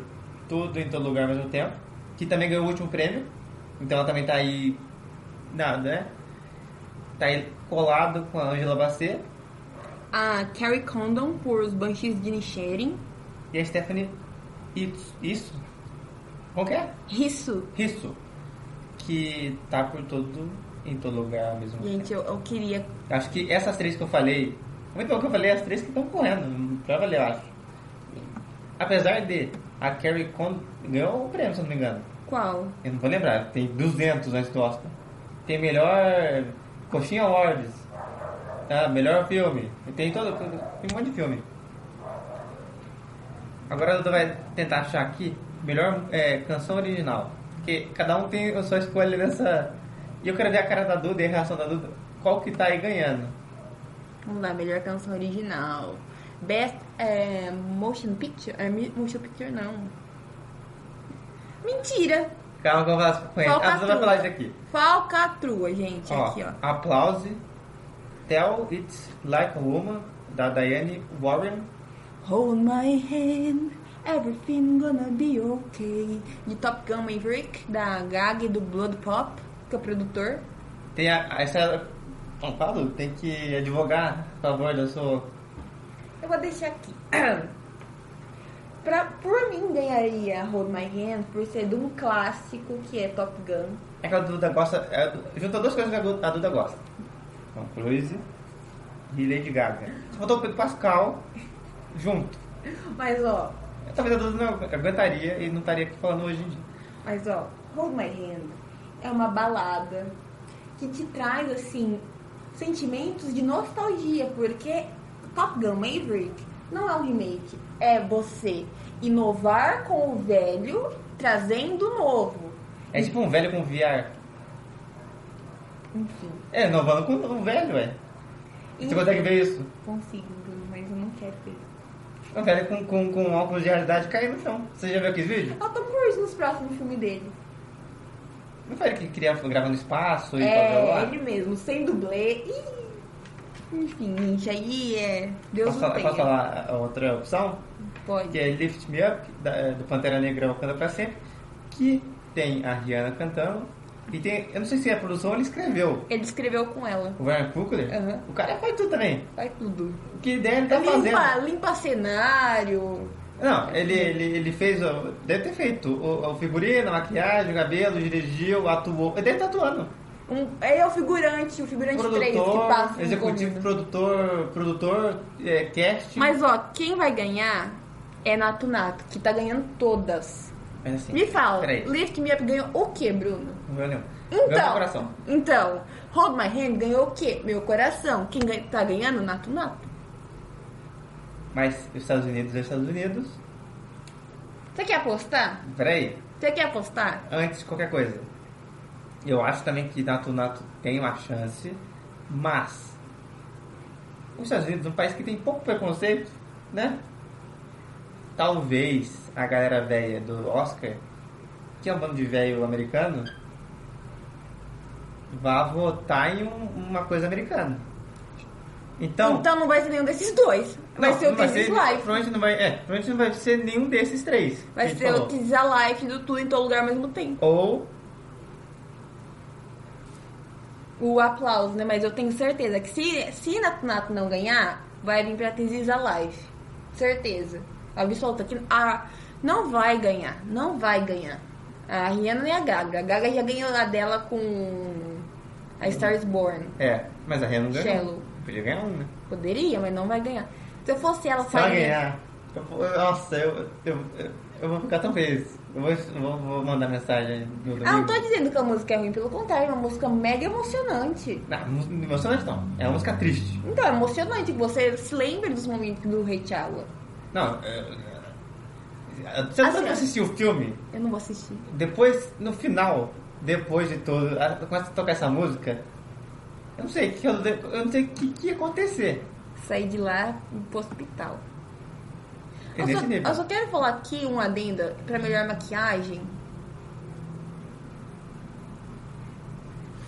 tudo em todo lugar ao mesmo tempo. Que também ganhou o último prêmio. Então ela também tá aí. Nada, né? Tá aí colado com a Angela Bassett.
A Carrie Condon por Os Banshees de Nishirin.
E a Stephanie. Itz- Isso? Como que é?
Isso.
Isso. Que tá por todo. em todo lugar ao mesmo tempo.
Gente, eu, eu queria.
Acho que essas três que eu falei. Muito bom que eu falei as três que estão correndo. Pra valer, eu acho. Apesar de a Carrie Con ganhou o prêmio, se eu não me engano.
Qual?
Eu não vou lembrar, tem 200 antes do Oscar. Tem melhor Coxinha Awards. Tá? Melhor filme. Tem todo, todo- tem um monte de filme. Agora a Duda vai tentar achar aqui melhor é, canção original. Porque cada um tem a sua escolha nessa. E eu quero ver a cara da Duda e a reação da Duda. Qual que tá aí ganhando?
Vamos lá, melhor canção original. Best é, Motion Picture? É, mi- motion Picture não. Mentira!
Calma que eu faço um com ele. A Duda vai falar isso aqui.
Falcatrua, gente.
Ó,
Aqui, ó.
Aplause. Tell It's Like a Woman, da Diane Warren.
Hold my hand, everything gonna be okay. De Top Gun Maverick, da Gag do Blood Pop, que é o produtor.
Tem a, essa. Não falo, tem que advogar a favor da sua.
Eu vou deixar aqui. pra, por mim, ganharia Hold My Hand por ser de um clássico que é Top Gun.
É que a Duda gosta. É, junta duas coisas que a Duda, a Duda gosta: Tom Cruise e Lady Gaga. Só botou o Pedro Pascal junto.
Mas ó,
Talvez a Duda não aguentaria e não estaria aqui falando hoje em dia.
mas ó, Hold My Hand é uma balada que te traz assim sentimentos de nostalgia, porque Top Gun Maverick não é um remake, é você inovar com o velho, trazendo o novo.
É tipo um velho com VR.
Enfim,
É, inovando com um velho, ué. Você
Enfim.
consegue ver isso?
consigo, Bruno, mas eu não quero ver.
Um velho com, com, com óculos de realidade caindo no chão. Você já viu aquele vídeo?
É o Tom Cruise nos próximos filmes dele.
Não foi ele que queria gravar no espaço e blá blá
É,
blá?
ele mesmo, sem dublê. Ih. Enfim, gente, aí é. Deus
Posso,
não
falar- posso
tenha.
falar a outra opção? que
Pode.
é Lift Me Up, da- é, do Pantera Negra Wakanda Pra Sempre, que tem a Rihanna cantando, e tem, eu não sei se é a produção ou ele escreveu,
Ele escreveu com ela.
o Ryan Coogler,
Aham.
o cara faz tudo também,
Vai Tá tudo.
que ideia ele tá
limpa,
fazendo.
limpa cenário.
Não, ele, ele, ele fez, o- deve ter feito, o, o figurino, a maquiagem, o cabelo, dirigiu, atuou, ele deve estar atuando.
Um, ele é o figurante, o figurante 3 que
Produtor,
passa. no
executivo,
governo.
produtor, produtor, é, cast.
né? Mas ó, quem vai ganhar é Nato Nato, que tá ganhando todas.
Mas assim,
Me fala,
Peraí,
Lift Me Up ganhou o que, Bruno?
não ganhou nenhum. Ganhou meu
Então,
coração.
então, Hold My Hand ganhou o que? Meu coração. Quem ganha- tá ganhando? Nato Nato.
Mas os Estados Unidos é os Estados Unidos.
Você quer apostar?
Peraí,
Você quer apostar?
antes de qualquer coisa, eu acho também que Nato Nato tem uma chance, mas os Estados Unidos é um país que tem pouco preconceito, né? Talvez a galera velha do Oscar, que é um bando de velho americano, vá votar em um- uma coisa americana. Então,
então não vai ser nenhum desses dois. Vai
não,
ser o
não vai
This is
ser-
Life.
provavelmente não vai, é, provavelmente não vai ser nenhum desses três. que a
Vai
gente
ser o
falou.
This is a Life do Tudo em Todo Lugar ao mesmo tempo.
Ou
o aplauso, né? Mas eu tenho certeza que se, se Nato Nato não ganhar, vai vir pra This Is Alive. Certeza. Absoluta. Que a, não vai ganhar. Não vai ganhar. A Rihanna nem a Gaga. A Gaga já ganhou a dela com a Star is Born.
É, mas a Rihanna não ganhou.
Shallow.
Podia ganhar um, né?
Poderia, mas não vai ganhar. Se eu fosse ela, eu
Se ela
faria.
ganhar, eu vou- nossa, eu, eu, eu- eu vou ficar tão feliz. Eu vou, eu vou, vou mandar mensagem no domingo.
Ah, não tô dizendo que a música é ruim, pelo contrário, é uma música mega emocionante.
Não, não é emocionante não. É uma música triste.
Então, é emocionante. Você se lembra dos momentos do Rei T'Challa.
Não, é, é, você não
Assim,
sabe
ó.
assistir o filme,
Eu não vou assistir.
depois, no final, depois de tudo, a- começa a tocar essa música, eu não sei o que, eu, eu não sei o que, que ia acontecer.
Saí de lá pro hospital.
É
Eu
nesse
só,
nível.
eu só quero falar aqui uma adenda pra melhor maquiagem.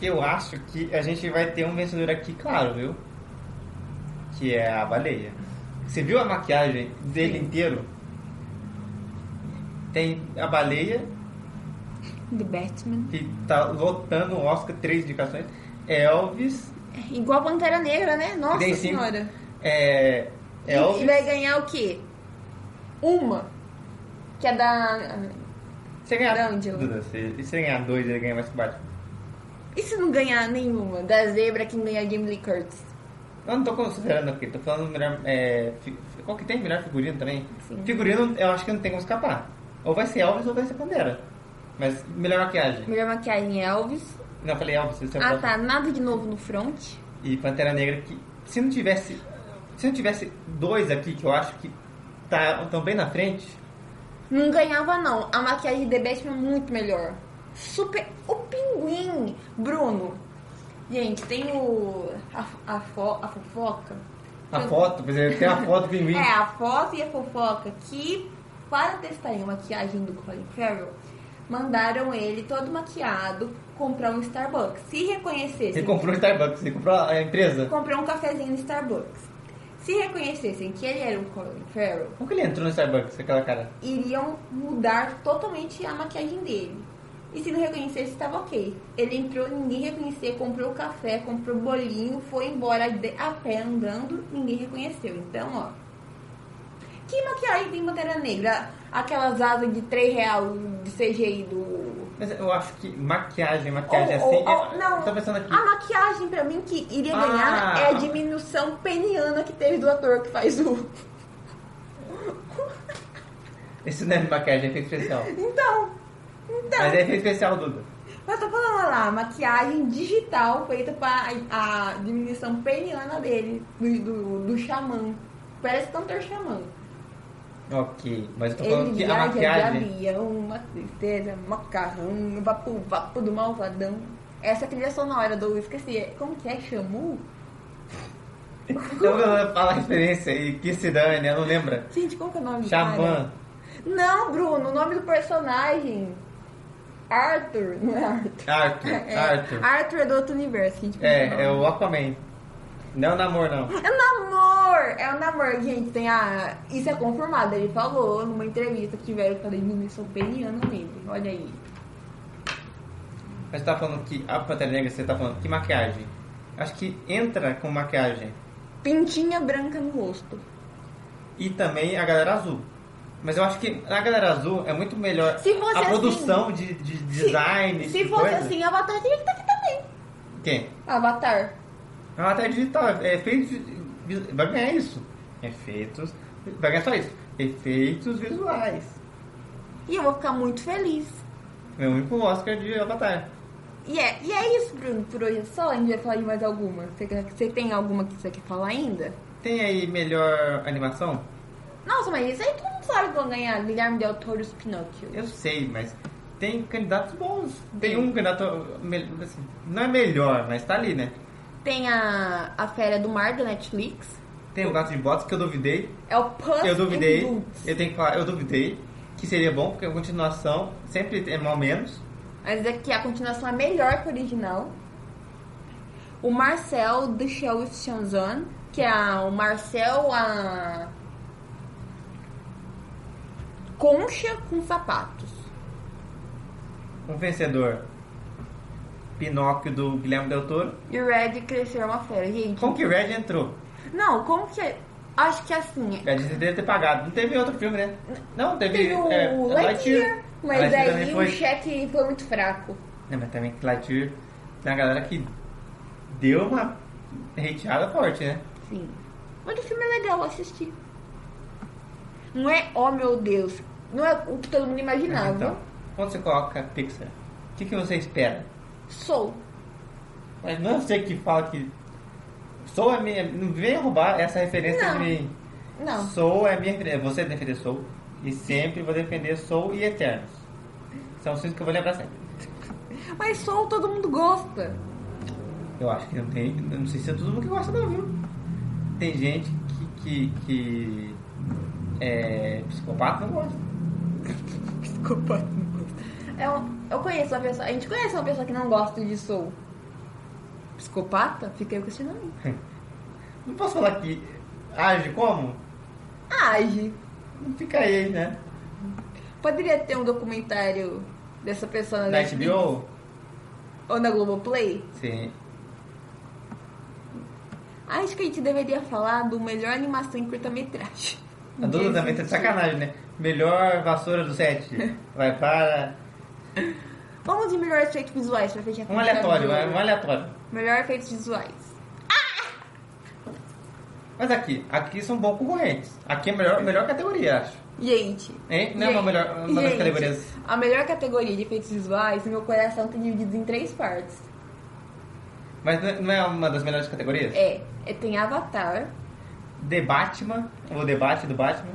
Eu acho que a gente vai ter um vencedor aqui, claro, viu? Que é a baleia. Você viu a maquiagem dele inteiro? Tem a baleia,
The Batman.
que tá lotando o Oscar, três indicações. Elvis.
Igual a Pantera Negra, né? Nossa
Tem cinco.
senhora.
É.
E-
Elvis.
E vai ganhar o quê? Uma. Que é da.
Você ganhar.
Não, Dylan.
Duda, se, se você ganhar dois, ele ganha mais que o Batman.
E se não ganhar nenhuma? Da zebra quem ganha é Jamie Lee Curtis.
Eu não tô considerando aqui, tô falando melhor. É, fi- qual que tem? Melhor figurino também?
Sim.
Figurino, eu acho que não tem como escapar. Ou vai ser Elvis ou vai ser Pantera. Mas melhor maquiagem.
Melhor maquiagem é Elvis.
Não, eu falei Elvis, você
Ah tá, nada de novo no front.
E Pantera Negra, que se não tivesse. Se não tivesse dois aqui que eu acho que tá, estão bem na frente,
Não ganhava não. A maquiagem de The Batman é muito melhor. Super. O pinguim, Bruno. Gente, tem o. A, a, fo- a fofoca.
a
Eu-
foto, por exemplo, tem a foto do pinguim.
É, a foto e a fofoca que, para testarem a maquiagem do Colin Farrell, mandaram ele todo maquiado comprar um Starbucks. Se reconhecessem,
Você comprou o Starbucks, você comprou a empresa.
comprou um cafezinho no Starbucks. Se reconhecessem que ele era o Colin Farrell,
Como que ele entrou no Starbucks com aquela cara?
iriam mudar totalmente a maquiagem dele. E se não reconhecesse, estava ok. Ele entrou, ninguém reconhecia, comprou café, comprou bolinho, foi embora de- a pé andando, ninguém reconheceu. Então, ó. Que maquiagem tem Pantera Negra? Aquelas asas de 3 real de CGI do.
Mas eu acho que maquiagem, maquiagem
Ou-
assim.
ou- ou-
eu-
Oh, não, Ah.
Tô pensando aqui.
a maquiagem pra mim que iria ganhar
Ah.
é a diminuição peniana que teve do ator que faz o.
Esse não é maquiagem, é efeito especial.
Então! Então!
Mas é efeito especial, Duda.
Mas tô falando lá, maquiagem digital feita pra a, a diminuição peniana dele, do, do, do xamã. Parece cantor xamã.
Ok, mas eu tô falando
Ele
que a
viaja
maquiagem.
de avião, uma tristeza, macarrão, vapo, vapo do malvadão. Essa trilha sonora do... Esqueci, é- como que é? Chamu?
Então, Eu vou falar a referência e que se dane, ela não lembra.
Gente, como que é o nome do
Xamã.
cara? Não, Bruno, o nome do personagem. Arthur, não é Arthur.
Arthur.
É,
Arthur.
Arthur é do outro universo, gente. como que
É,
o
é
nome?
o Aquaman. Não é o namor, não.
É um namor! É um namor, gente. Tem a... Isso é confirmado. Ele falou numa entrevista que tiveram com a diminuição peniana nele. Olha aí.
Mas você tá falando que a Pantera Negra, você tá falando que maquiagem. Acho que entra com maquiagem.
Pintinha branca no rosto.
E também a galera azul. Mas eu acho que a galera azul é muito melhor.
Se fosse
a
assim-
produção de, de design. tipo
Se,
de
se fosse
coisa.
assim, Avatar teria que estar aqui também.
Quem?
Avatar.
É uma matéria digital. É efeitos. vi- Vai ganhar isso. Efeitos. Vai ganhar só isso. Efeitos visuais.
E eu vou ficar muito feliz.
Meu único Oscar de Avatar.
E é, e é isso, Bruno. Por hoje é só. A gente vai falar de mais alguma. Você, quer- você tem alguma que você quer falar ainda?
Tem aí melhor animação?
Nossa, mas isso aí todo mundo sabe que vão ganhar. Guilherme Del Toro e os Pinóquio.
Eu sei, mas tem candidatos bons. Tem um candidato. me- assim, não é melhor, mas tá ali, né?
Tem a, a Fera do Mar da Netflix.
Tem o gato de botas que eu duvidei.
É o Puss
Eu
in
duvidei.
Boots.
Eu tenho que falar, eu duvidei que seria bom, porque a continuação sempre é mal menos.
Mas é que a continuação é melhor que o original. O Marcel The Shell with Shanzon, que é a- o Marcel a concha com sapatos.
Um vencedor. Pinóquio do Guilherme Del Toro.
E o Red crescer uma fera, gente.
Como que Red entrou?
Não, como que é? Acho que assim.
A Disney deve ter pagado. Não teve outro filme, né? Não, teve.
Teve o
é,
Lightyear, mas
Lightyear
aí
também
o cheque foi muito fraco.
Não, mas também Lightyear tem uma galera que deu uma hateada forte, né?
Sim. Mas o filme é legal, eu assisti. Não é, oh meu Deus, não é o que todo mundo imaginava.
Então, quando você coloca Pixar, o que, que você espera?
Sou.
Mas não é você que fala que. Soul é minha. Não vem roubar essa referência
Não.
de mim.
Não.
Soul é minha referência. Você defender Soul. E sempre vou defender Soul e Eternos. São os filmes que eu vou lembrar sempre.
Mas Soul todo mundo gosta.
Eu acho que não tem. eu Não sei se é todo mundo que gosta, não, viu? Tem gente que. que, que é. psicopata não gosta.
Desculpa. Eu, É um, eu conheço uma pessoa, a gente conhece uma pessoa que não gosta de Soul. Psicopata? Fiquei questionando.
Não posso falar que age como?
Age.
Não fica aí, né?
Poderia ter um documentário dessa pessoa na
Na
Netflix?
HBO?
Ou na Globoplay?
Sim.
Acho que a gente deveria falar do melhor animação em curta-metragem.
A Duda também tá de sacanagem, né? Melhor vassoura do set. Vai para.
Vamos de melhor efeitos visuais pra fechar com
Um
chave de
aleatório,
ouro.
vai, um aleatório.
Melhor efeitos visuais.
Mas aqui, aqui são bons concorrentes. Aqui é a melhor, melhor categoria, acho.
Gente.
Hein? Não é uma,
gente,
melhor, uma das
gente,
categorias.
A melhor categoria de efeitos visuais, meu coração tem dividido em três partes.
Mas não é- não é uma das melhores categorias?
É, é tem Avatar,
The Batman, o debate do Batman,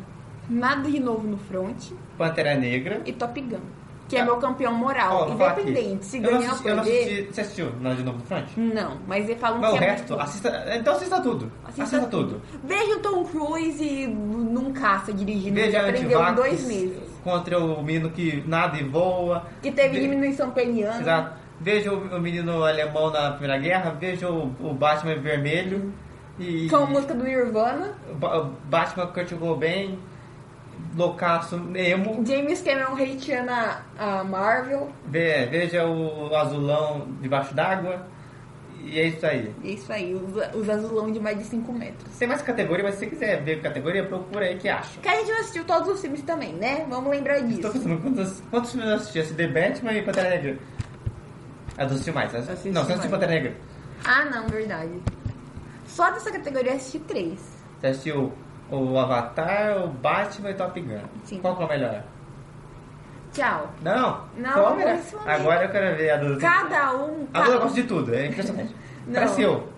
Nada de Novo no Front
Pantera Negra.
e Top Gun. Que é
Ah.
meu campeão
Ó,
moral.
vou falar aqui.
Independente se
eu não
ganhar ou
assisti, eu não
perder.
assisti. Você assistiu Nada de Novo no Front?
Não, mas ele fala um
Mas o
que é
resto,
muito-
assista. Então assista tudo. Assista, tudo.
Veja o Tom Cruise e num caça dirigindo. Ele
Veja
aprendeu em
antivax
dois meses.
contra o menino que nada e voa.
Que teve
Ve-
diminuição peniana.
Exato. Veja o, o menino alemão na Primeira Guerra, veja o, o Batman vermelho e
Com a música do Nirvana.
o Ba- o Batman Kurt Cobain, loucaço, emo.
James Cameron hateando a, a Marvel.
Ve- veja o azulão debaixo d'água. E é isso aí.
E é Isso aí, os, os azulão de mais de 5 metros.
Tem mais categoria, mas se você quiser ver categoria, procura aí que acha.
Que a gente não assistiu todos os filmes também, né? Vamos lembrar
Estou
disso.
pensando quantos, quantos filmes eu assisti? Assisti The Batman e Pantera Negra. Ah, tu assistiu mais?
Assisti
não, você assistiu
mais.
Pantera Negra.
Ah, não, verdade. Só dessa categoria eu assisti três.
Você assistiu o Avatar, o Batman e Top Gun.
Sim.
Qual que é o melhor?
Tchau.
Não,
Não,
qual é o melhor?
isso mesmo.
Agora eu quero ver a Duda.
Cada um.
A Duda
ca-
gosta de tudo, é impressionante.
Não.
Parece eu.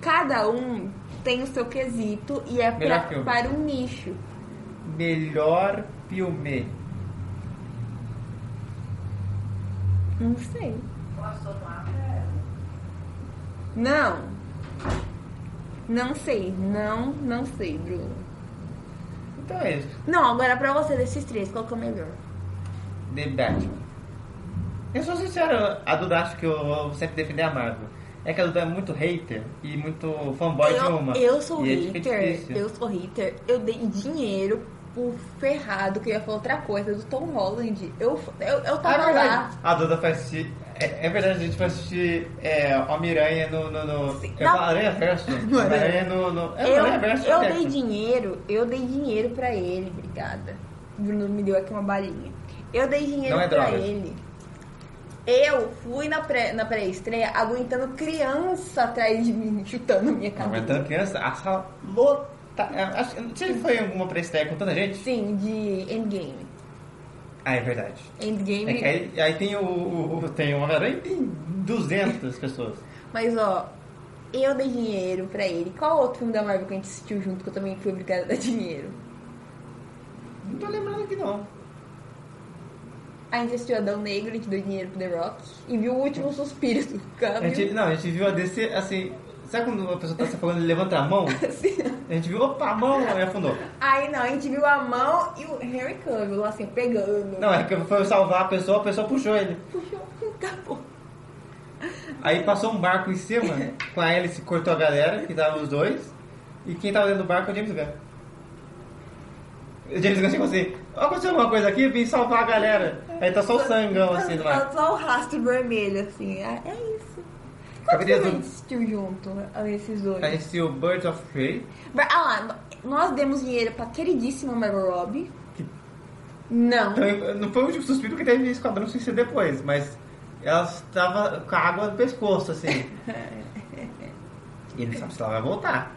cada um tem o seu quesito e é
Melhor
pra-
filme.
para um nicho.
Melhor filme.
Não sei.
Posso tomar? É.
Não. Não sei. Não, não sei, Bruno.
Então é isso.
Não, agora pra você desses três, qual que é o melhor?
The Batman. Eu sou sincero, a Duda acha que eu vou sempre defender a Marvel. É que a Duda é muito hater e muito fanboy de uma.
eu, eu sou
E aí fica
hater,
difícil.
eu sou hater, eu dei dinheiro pro ferrado que eu ia falar outra coisa do Tom Holland. Eu, eu,
Ah,
eu
é
tava lá.
verdade. A Duda foi assistir. É, é verdade, a gente foi assistir é, Homem-Aranha no. no, no
Sim,
eu
não.
falo Aranha Verso. Homem-Aranha no. no é,
Eu,
Aranha Verso.
eu
né?
dei dinheiro, eu dei dinheiro pra ele, obrigada. O Bruno me deu aqui uma balinha. Eu dei dinheiro
Não é
pra
drogas.
ele. Eu fui na pré- na pré-estreia aguentando criança atrás de mim, chutando minha
Não,
cabeça.
mas tanto criança, a sala lotada. É, Acho que não sei se foi alguma pré-estreia com tanta gente.
Sim, de Endgame.
Ah, é verdade.
Endgame.
É que aí, aí tem o, o, o- tem o Homem-Aranha e tem 200 pessoas.
Mas ó, eu dei dinheiro pra ele. Qual outro filme da Marvel que a gente assistiu junto que eu também fui obrigada a dar dinheiro?
Não tô lembrando aqui não.
A gente assistiu Adão Negro, a gente deu dinheiro pro The Rock. E viu o último suspiro do
A gente,
câmbio.
não, a gente viu a DC assim. Sabe quando a pessoa tá se falando e levanta a mão?
Assim,
A gente viu, opa, a mão e afundou.
Aí não, a gente viu a mão e o Harry Cavill assim, pegando.
Não, é que foi salvar a pessoa, a pessoa puxou ele.
Puxou, acabou.
Aí passou um barco em cima, com a hélice cortou a galera, que tava os dois, e quem tava dentro do barco é o James Gunn. O James Gunn chegou assim, ó, aconteceu alguma coisa aqui, vim salvar a galera. Aí tá só o sangão assim no mar.
Só, Tá só o rastro vermelho, assim. É, é isso. Quantos
Cabelo
filmes a
azul.
gente assistiu junto, né, esses dois?
A gente assistiu Birds of Prey,
Mas, Ah lá, Nós demos dinheiro pra queridíssima Margot Robbie. Não.
Então, não foi o último suspiro que teve Esquadrão Suicida depois, mas ela estava com a água no pescoço, assim. e não sabe se ela vai voltar.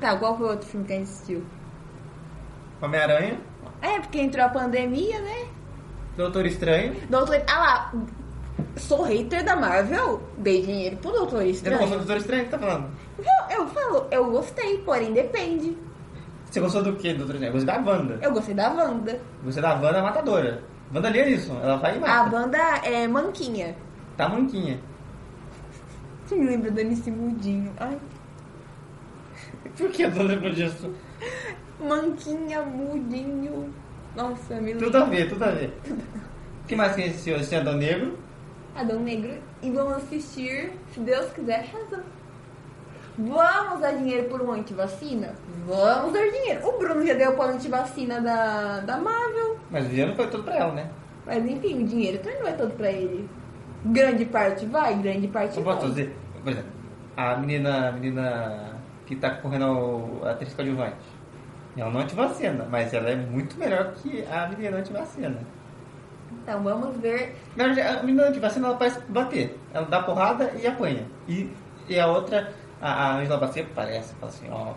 Tá, qual foi o outro filme que a gente assistiu?
Homem-Aranha,
É, porque entrou a pandemia, né?
Doutor Estranho.
Doutor... Ah lá, sou hater da Marvel, dei dinheiro pro
Você
Doutor
não
Estranho.
gostou do Doutor Estranho? O que tá falando?
Eu, eu falo, eu gostei, porém depende.
Você gostou do que, Doutor Estranho? Eu gostei da Wanda.
Eu gostei da Wanda.
Você da Wanda é matadora. Wanda ali é isso, ela faz e
A
mata.
banda é Manquinha.
Tá manquinha.
Você me lembra do MC Mudinho. Ai,
Por que eu tô lembrando disso?
Manquinha, Mudinho. Nossa, me
Tudo
lembra.
a ver, tudo a ver. O que mais que esse esse Adão Negro?
Adão Negro. E vamos assistir, se Deus quiser, Shazam. Vamos dar dinheiro por uma antivacina? Vamos dar dinheiro. O Bruno já deu para antivacina da, da Marvel.
Mas o dinheiro foi tudo pra ela, né?
Mas enfim, o dinheiro também não é todo pra ele. Grande parte vai, grande parte
Só posso
vai.
dizer, por exemplo, a menina, a menina que tá correndo ao- a atriz coadjuvante, ela não antivacina, mas ela é muito melhor que a menina antivacina.
Então vamos ver.
Na verdade, a menina antivacina ela parece bater, ela dá porrada e apanha. E, e a outra, a, a Angela Bassett parece, fala assim, ó,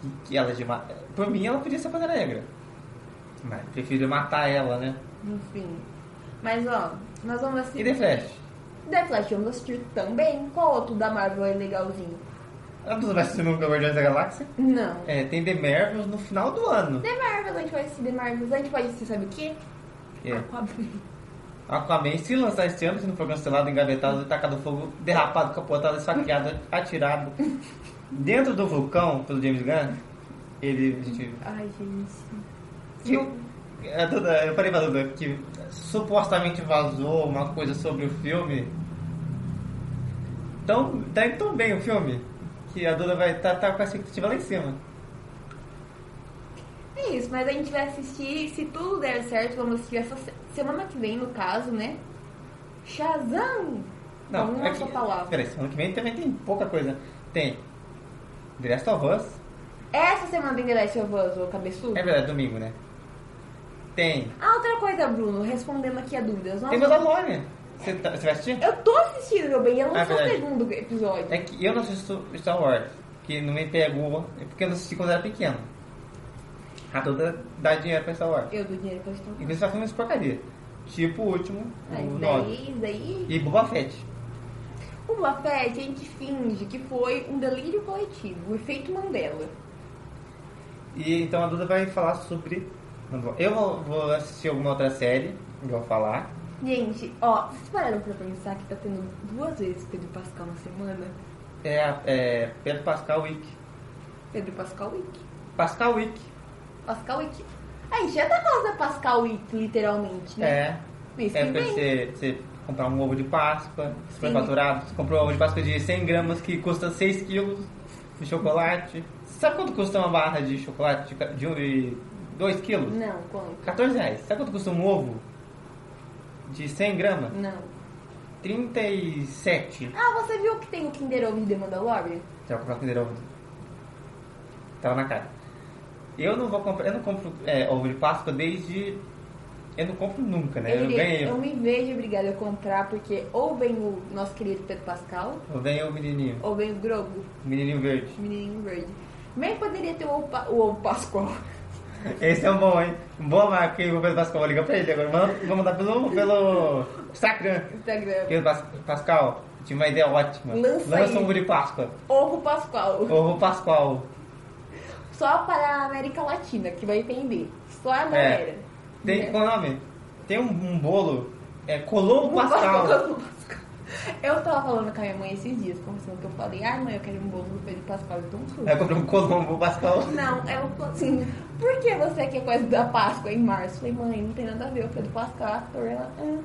que, que ela é de matar. Por mim, ela podia ser a Pantera Negra, mas prefiro matar ela, né?
Enfim. Mas ó, nós vamos assistir.
E The Flash?
The Flash vamos assistir também. Qual outro da Marvel é legalzinho?
Ela não vai ser nunca Guardiões da Galáxia?
Não.
É, tem The Marvels no final do ano.
The Marvel, a gente vai assistir The Marvel, a gente pode assistir, sabe o quê?
É.
Aquaman.
Aquaman, se lançar esse ano, se não for cancelado, engavetado, tacado fogo, derrapado, capotado, esfaqueado, atirado dentro do vulcão pelo James Gunn, ele. a gente-
Ai, gente.
que- a Duda- é, eu falei pra Duda que supostamente vazou uma coisa sobre o filme. Tão, tá indo tão bem o filme que a Duda vai estar tá, com a expectativa lá em cima.
É isso, mas a gente vai assistir, se tudo der certo, vamos assistir essa se- semana que vem, no caso, né? Shazam!
Não,
Vamos
é
na sua
que-
Então, palavra.
Peraí, semana que vem também tem pouca coisa. Tem The Last of Us,
Essa semana tem The Last of Us, ô cabeçudo.
é verdade, domingo, né? Tem
Ah, outra coisa, Bruno, respondendo aqui a dúvidas. Nós
Tem Mandalorian. Você, tá, você vai assistir?
Eu tô assistindo, meu bem, eu não
Ah,
sou o
verdade.
segundo episódio.
É que eu não assisto Star Wars, que não me pegou, é porque eu não assisti quando era pequeno. A toda dá dinheiro pra Star Wars.
Eu dou dinheiro pra estou.
Inclusive só filmes de porcaria. Tipo o último, o
Mas é
9.
daí, daí.
E Boba Fett.
O Mafé, a gente finge que foi um delírio coletivo, o efeito Mandela.
E então a Duda vai falar sobre. Eu vou, vou assistir alguma outra série, eu vou falar.
Gente, ó, vocês pararam pra pensar que tá tendo duas vezes Pedro Pascal na semana?
É, a- é Pedro Pascal Week.
Pedro Pascal Week.
Pascal Week.
Pascal Week. A gente já tá falando da Pascal Week, literalmente, né?
É.
Mês
É
que
pra
vem.
você, você comprar um ovo de Páscoa, super
Sim.
faturado. Você comprou um ovo de Páscoa de 100 gramas que custa 6 quilos de chocolate. Sabe quanto custa uma barra de chocolate de- um, de 2 quilos?
Não, quanto?
14 reais. Sabe quanto custa um ovo de 100 gramas?
Não.
37.
Ah, você viu que tem o Kinder Ovo de The Mandalorian?
Você vai comprar primeiro ovo? Tava na cara. Eu não vou comprar, eu não compro é, ovo de Páscoa desde. Eu não compro nunca, né? Eu,
diria-
ganhei.
eu
Eu...
me vejo obrigada a comprar, porque ou vem o nosso querido Pedro Pascal,
ganhei o menininho,
ou vem o Grogu,
o menininho verde.
o menininho verde. Bem poderia ter o ovo pa- o ovo Pascal.
Esse é um bom, hein? Boa marca, hein? Vou fazer Pascal, vou ligar pra ele agora. Manda- Vou mandar pelo, pelo Instagram.
Instagram.
Pedro Pas- Pascal, eu tive uma ideia ótima.
Lança aí.
um ovo de Páscoa.
Ovo Pascoal.
Ovo Pascal.
Só para a América Latina, que vai entender. Só a galera.
É.
Né?
Tem, qual é o nome? Tem um, um bolo, é Colombo
Ovo
Pascal.
Ovo Pascal. Eu tava falando com a minha mãe esses dias, conversando que eu falei, ai mãe, eu quero um bolo do Pedro Pascal e Tom Cruise.
Aí eu comprei um Colombo Pascal.
Não, ela falou assim, por que você quer coisa da Páscoa em março? Eu falei, mãe, não tem nada a ver, o Pedro Pascal é ator, ela. "Ah."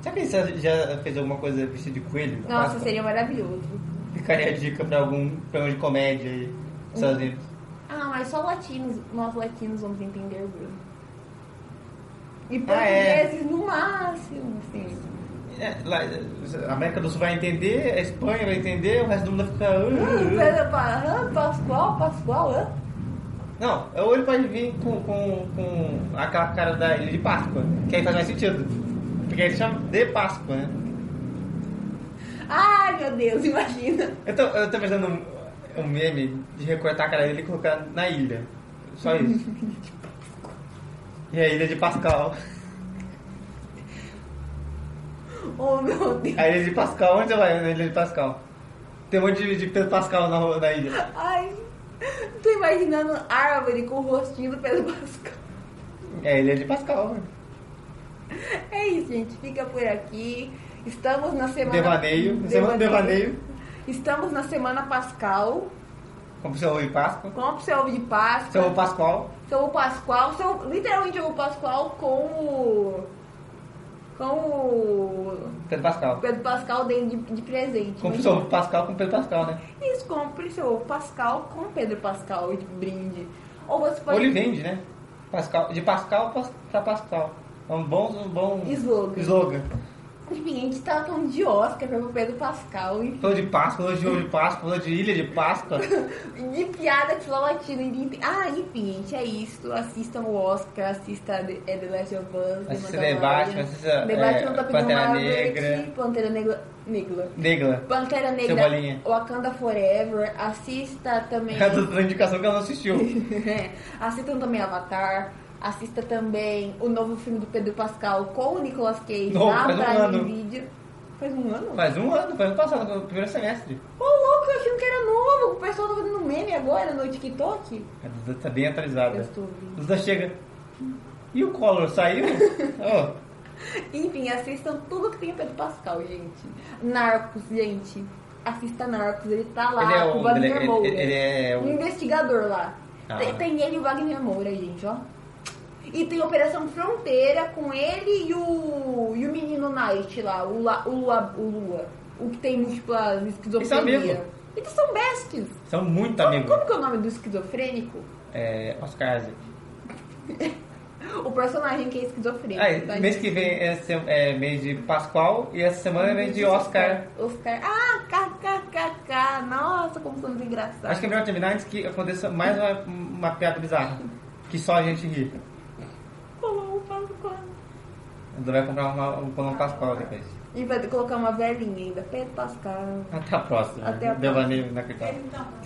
Será que você já fez alguma coisa vestida de coelho? na
Nossa,
Páscoa?
seria maravilhoso.
Ficaria a dica pra algum programa de comédia aí. nos Estados Unidos.
Ah, mas só latinos, nós latinos vamos entender, Bruno. E
Ah, é.
portugueses no máximo, assim.
é, lá- a América do Sul vai entender, a Espanha vai entender, o resto do mundo vai ficar.
Hum,
"Ah, ah, ah".
Pedro Parra, Pascoal, Pascoal, hã?
Não, é ou ele pode vir com, com, com aquela cara da Ilha de Páscoa, que aí faz mais sentido. Porque ele chama de Páscoa, né?
Ai, meu Deus, imagina.
Eu tô, eu tô pensando um, um meme de recortar a cara dele e colocar na ilha. Só isso. e a ilha de Pascal.
Oh, meu Deus.
A ilha de Pascal, onde ela é na ilha de Pascal? Tem um monte de, de Pedro Pascal na, rua- na ilha.
Ai, tô imaginando árvore com o rostinho do Pedro Pascal.
É a ilha de Pascal. né?
É isso, gente. Fica por aqui. Estamos na semana...
Devaneio. Semana do devaneio.
Estamos na semana Pascal.
Como seu ovo de Páscoa.
Compre seu ovo de Páscoa.
Seu ovo Pascal.
Sou o Pascoal, sou literalmente o Pascoal com o. com o.
Pedro Pascal.
Pedro Pascal dentro de, de presente.
Compre
Mas-
seu ovo Pascal com Pedro Pascal, né?
Isso, compre seu Pascal com Pedro Pascal de brinde. Ou você
Ou
pode.
ele vende, né? Pascal, de Pascal pas- pra Pascal. É um bom, um bom
Slogan.
slogan.
Enfim, a gente tá falando de Oscar pra Pedro Pascal e
Falou de Páscoa, falou de ovo de Páscoa, falou de ilha de Páscoa.
de piada filolatina. enfim. Ah, enfim, gente, é isso. Assistam o Oscar, assista The, é The Last of Us.
Assista
The
The Batman, assista,
Debate
é,
no Top
Pantera
Marvel, tipo
Negra.
Pantera Negra. Negra.
Negla.
Pantera
Seu
Negra,
Bolinha.
Wakanda Forever, assista também.
É outra indicação que ela não assistiu.
assistam também Avatar, assista também o novo filme do Pedro Pascal com o Nicolas Cage
Novo,
na
faz um
Prime
ano.
Video. Faz um ano?
Faz um ano, foi ano passado, foi o primeiro semestre.
Ô louco, eu achei que era novo, o pessoal tá fazendo meme agora no TikTok.
A Duda tá bem
Eu
atualizada.
estou ouvindo.
Duda chega. E o Collor saiu? Ó,
Enfim, assistam tudo que tem o Pedro Pascal, gente. Narcos, gente. Assista Narcos, ele tá lá
ele é
com o
o. Ele,
Wagner
é-
Moura.
ele- ele é
um
o.
investigador lá.
Ah.
Tem, tem ele e o Wagner Moura, gente, ó. E tem Operação Fronteira com ele e o, e o menino Knight lá, o, La, o, Lua, o Lua, o que tem
é
múltiplas
amigos.
esquizofrenia. Eles são besties.
São muito
Como,
amigos.
como que é o nome do esquizofrênico?
É, Oscar Isaac.
O personagem que é esquizofrênico.
Ah,
tá?
e mês que vem é, se- é mês de Pascoal e essa semana é mês de Oscar.
Oscar. Ah, kkkk. Nossa, como somos engraçados.
Acho que é melhor terminar antes que aconteça mais uma, uma piada bizarra. Que só a gente ri.
Como o Pascoal.
A Duda vai comprar uma, um pão Pascoal depois.
E vai colocar uma velhinha ainda. Pedro Pascal.
Até a próxima.
Até a
Devaneio na
Eles não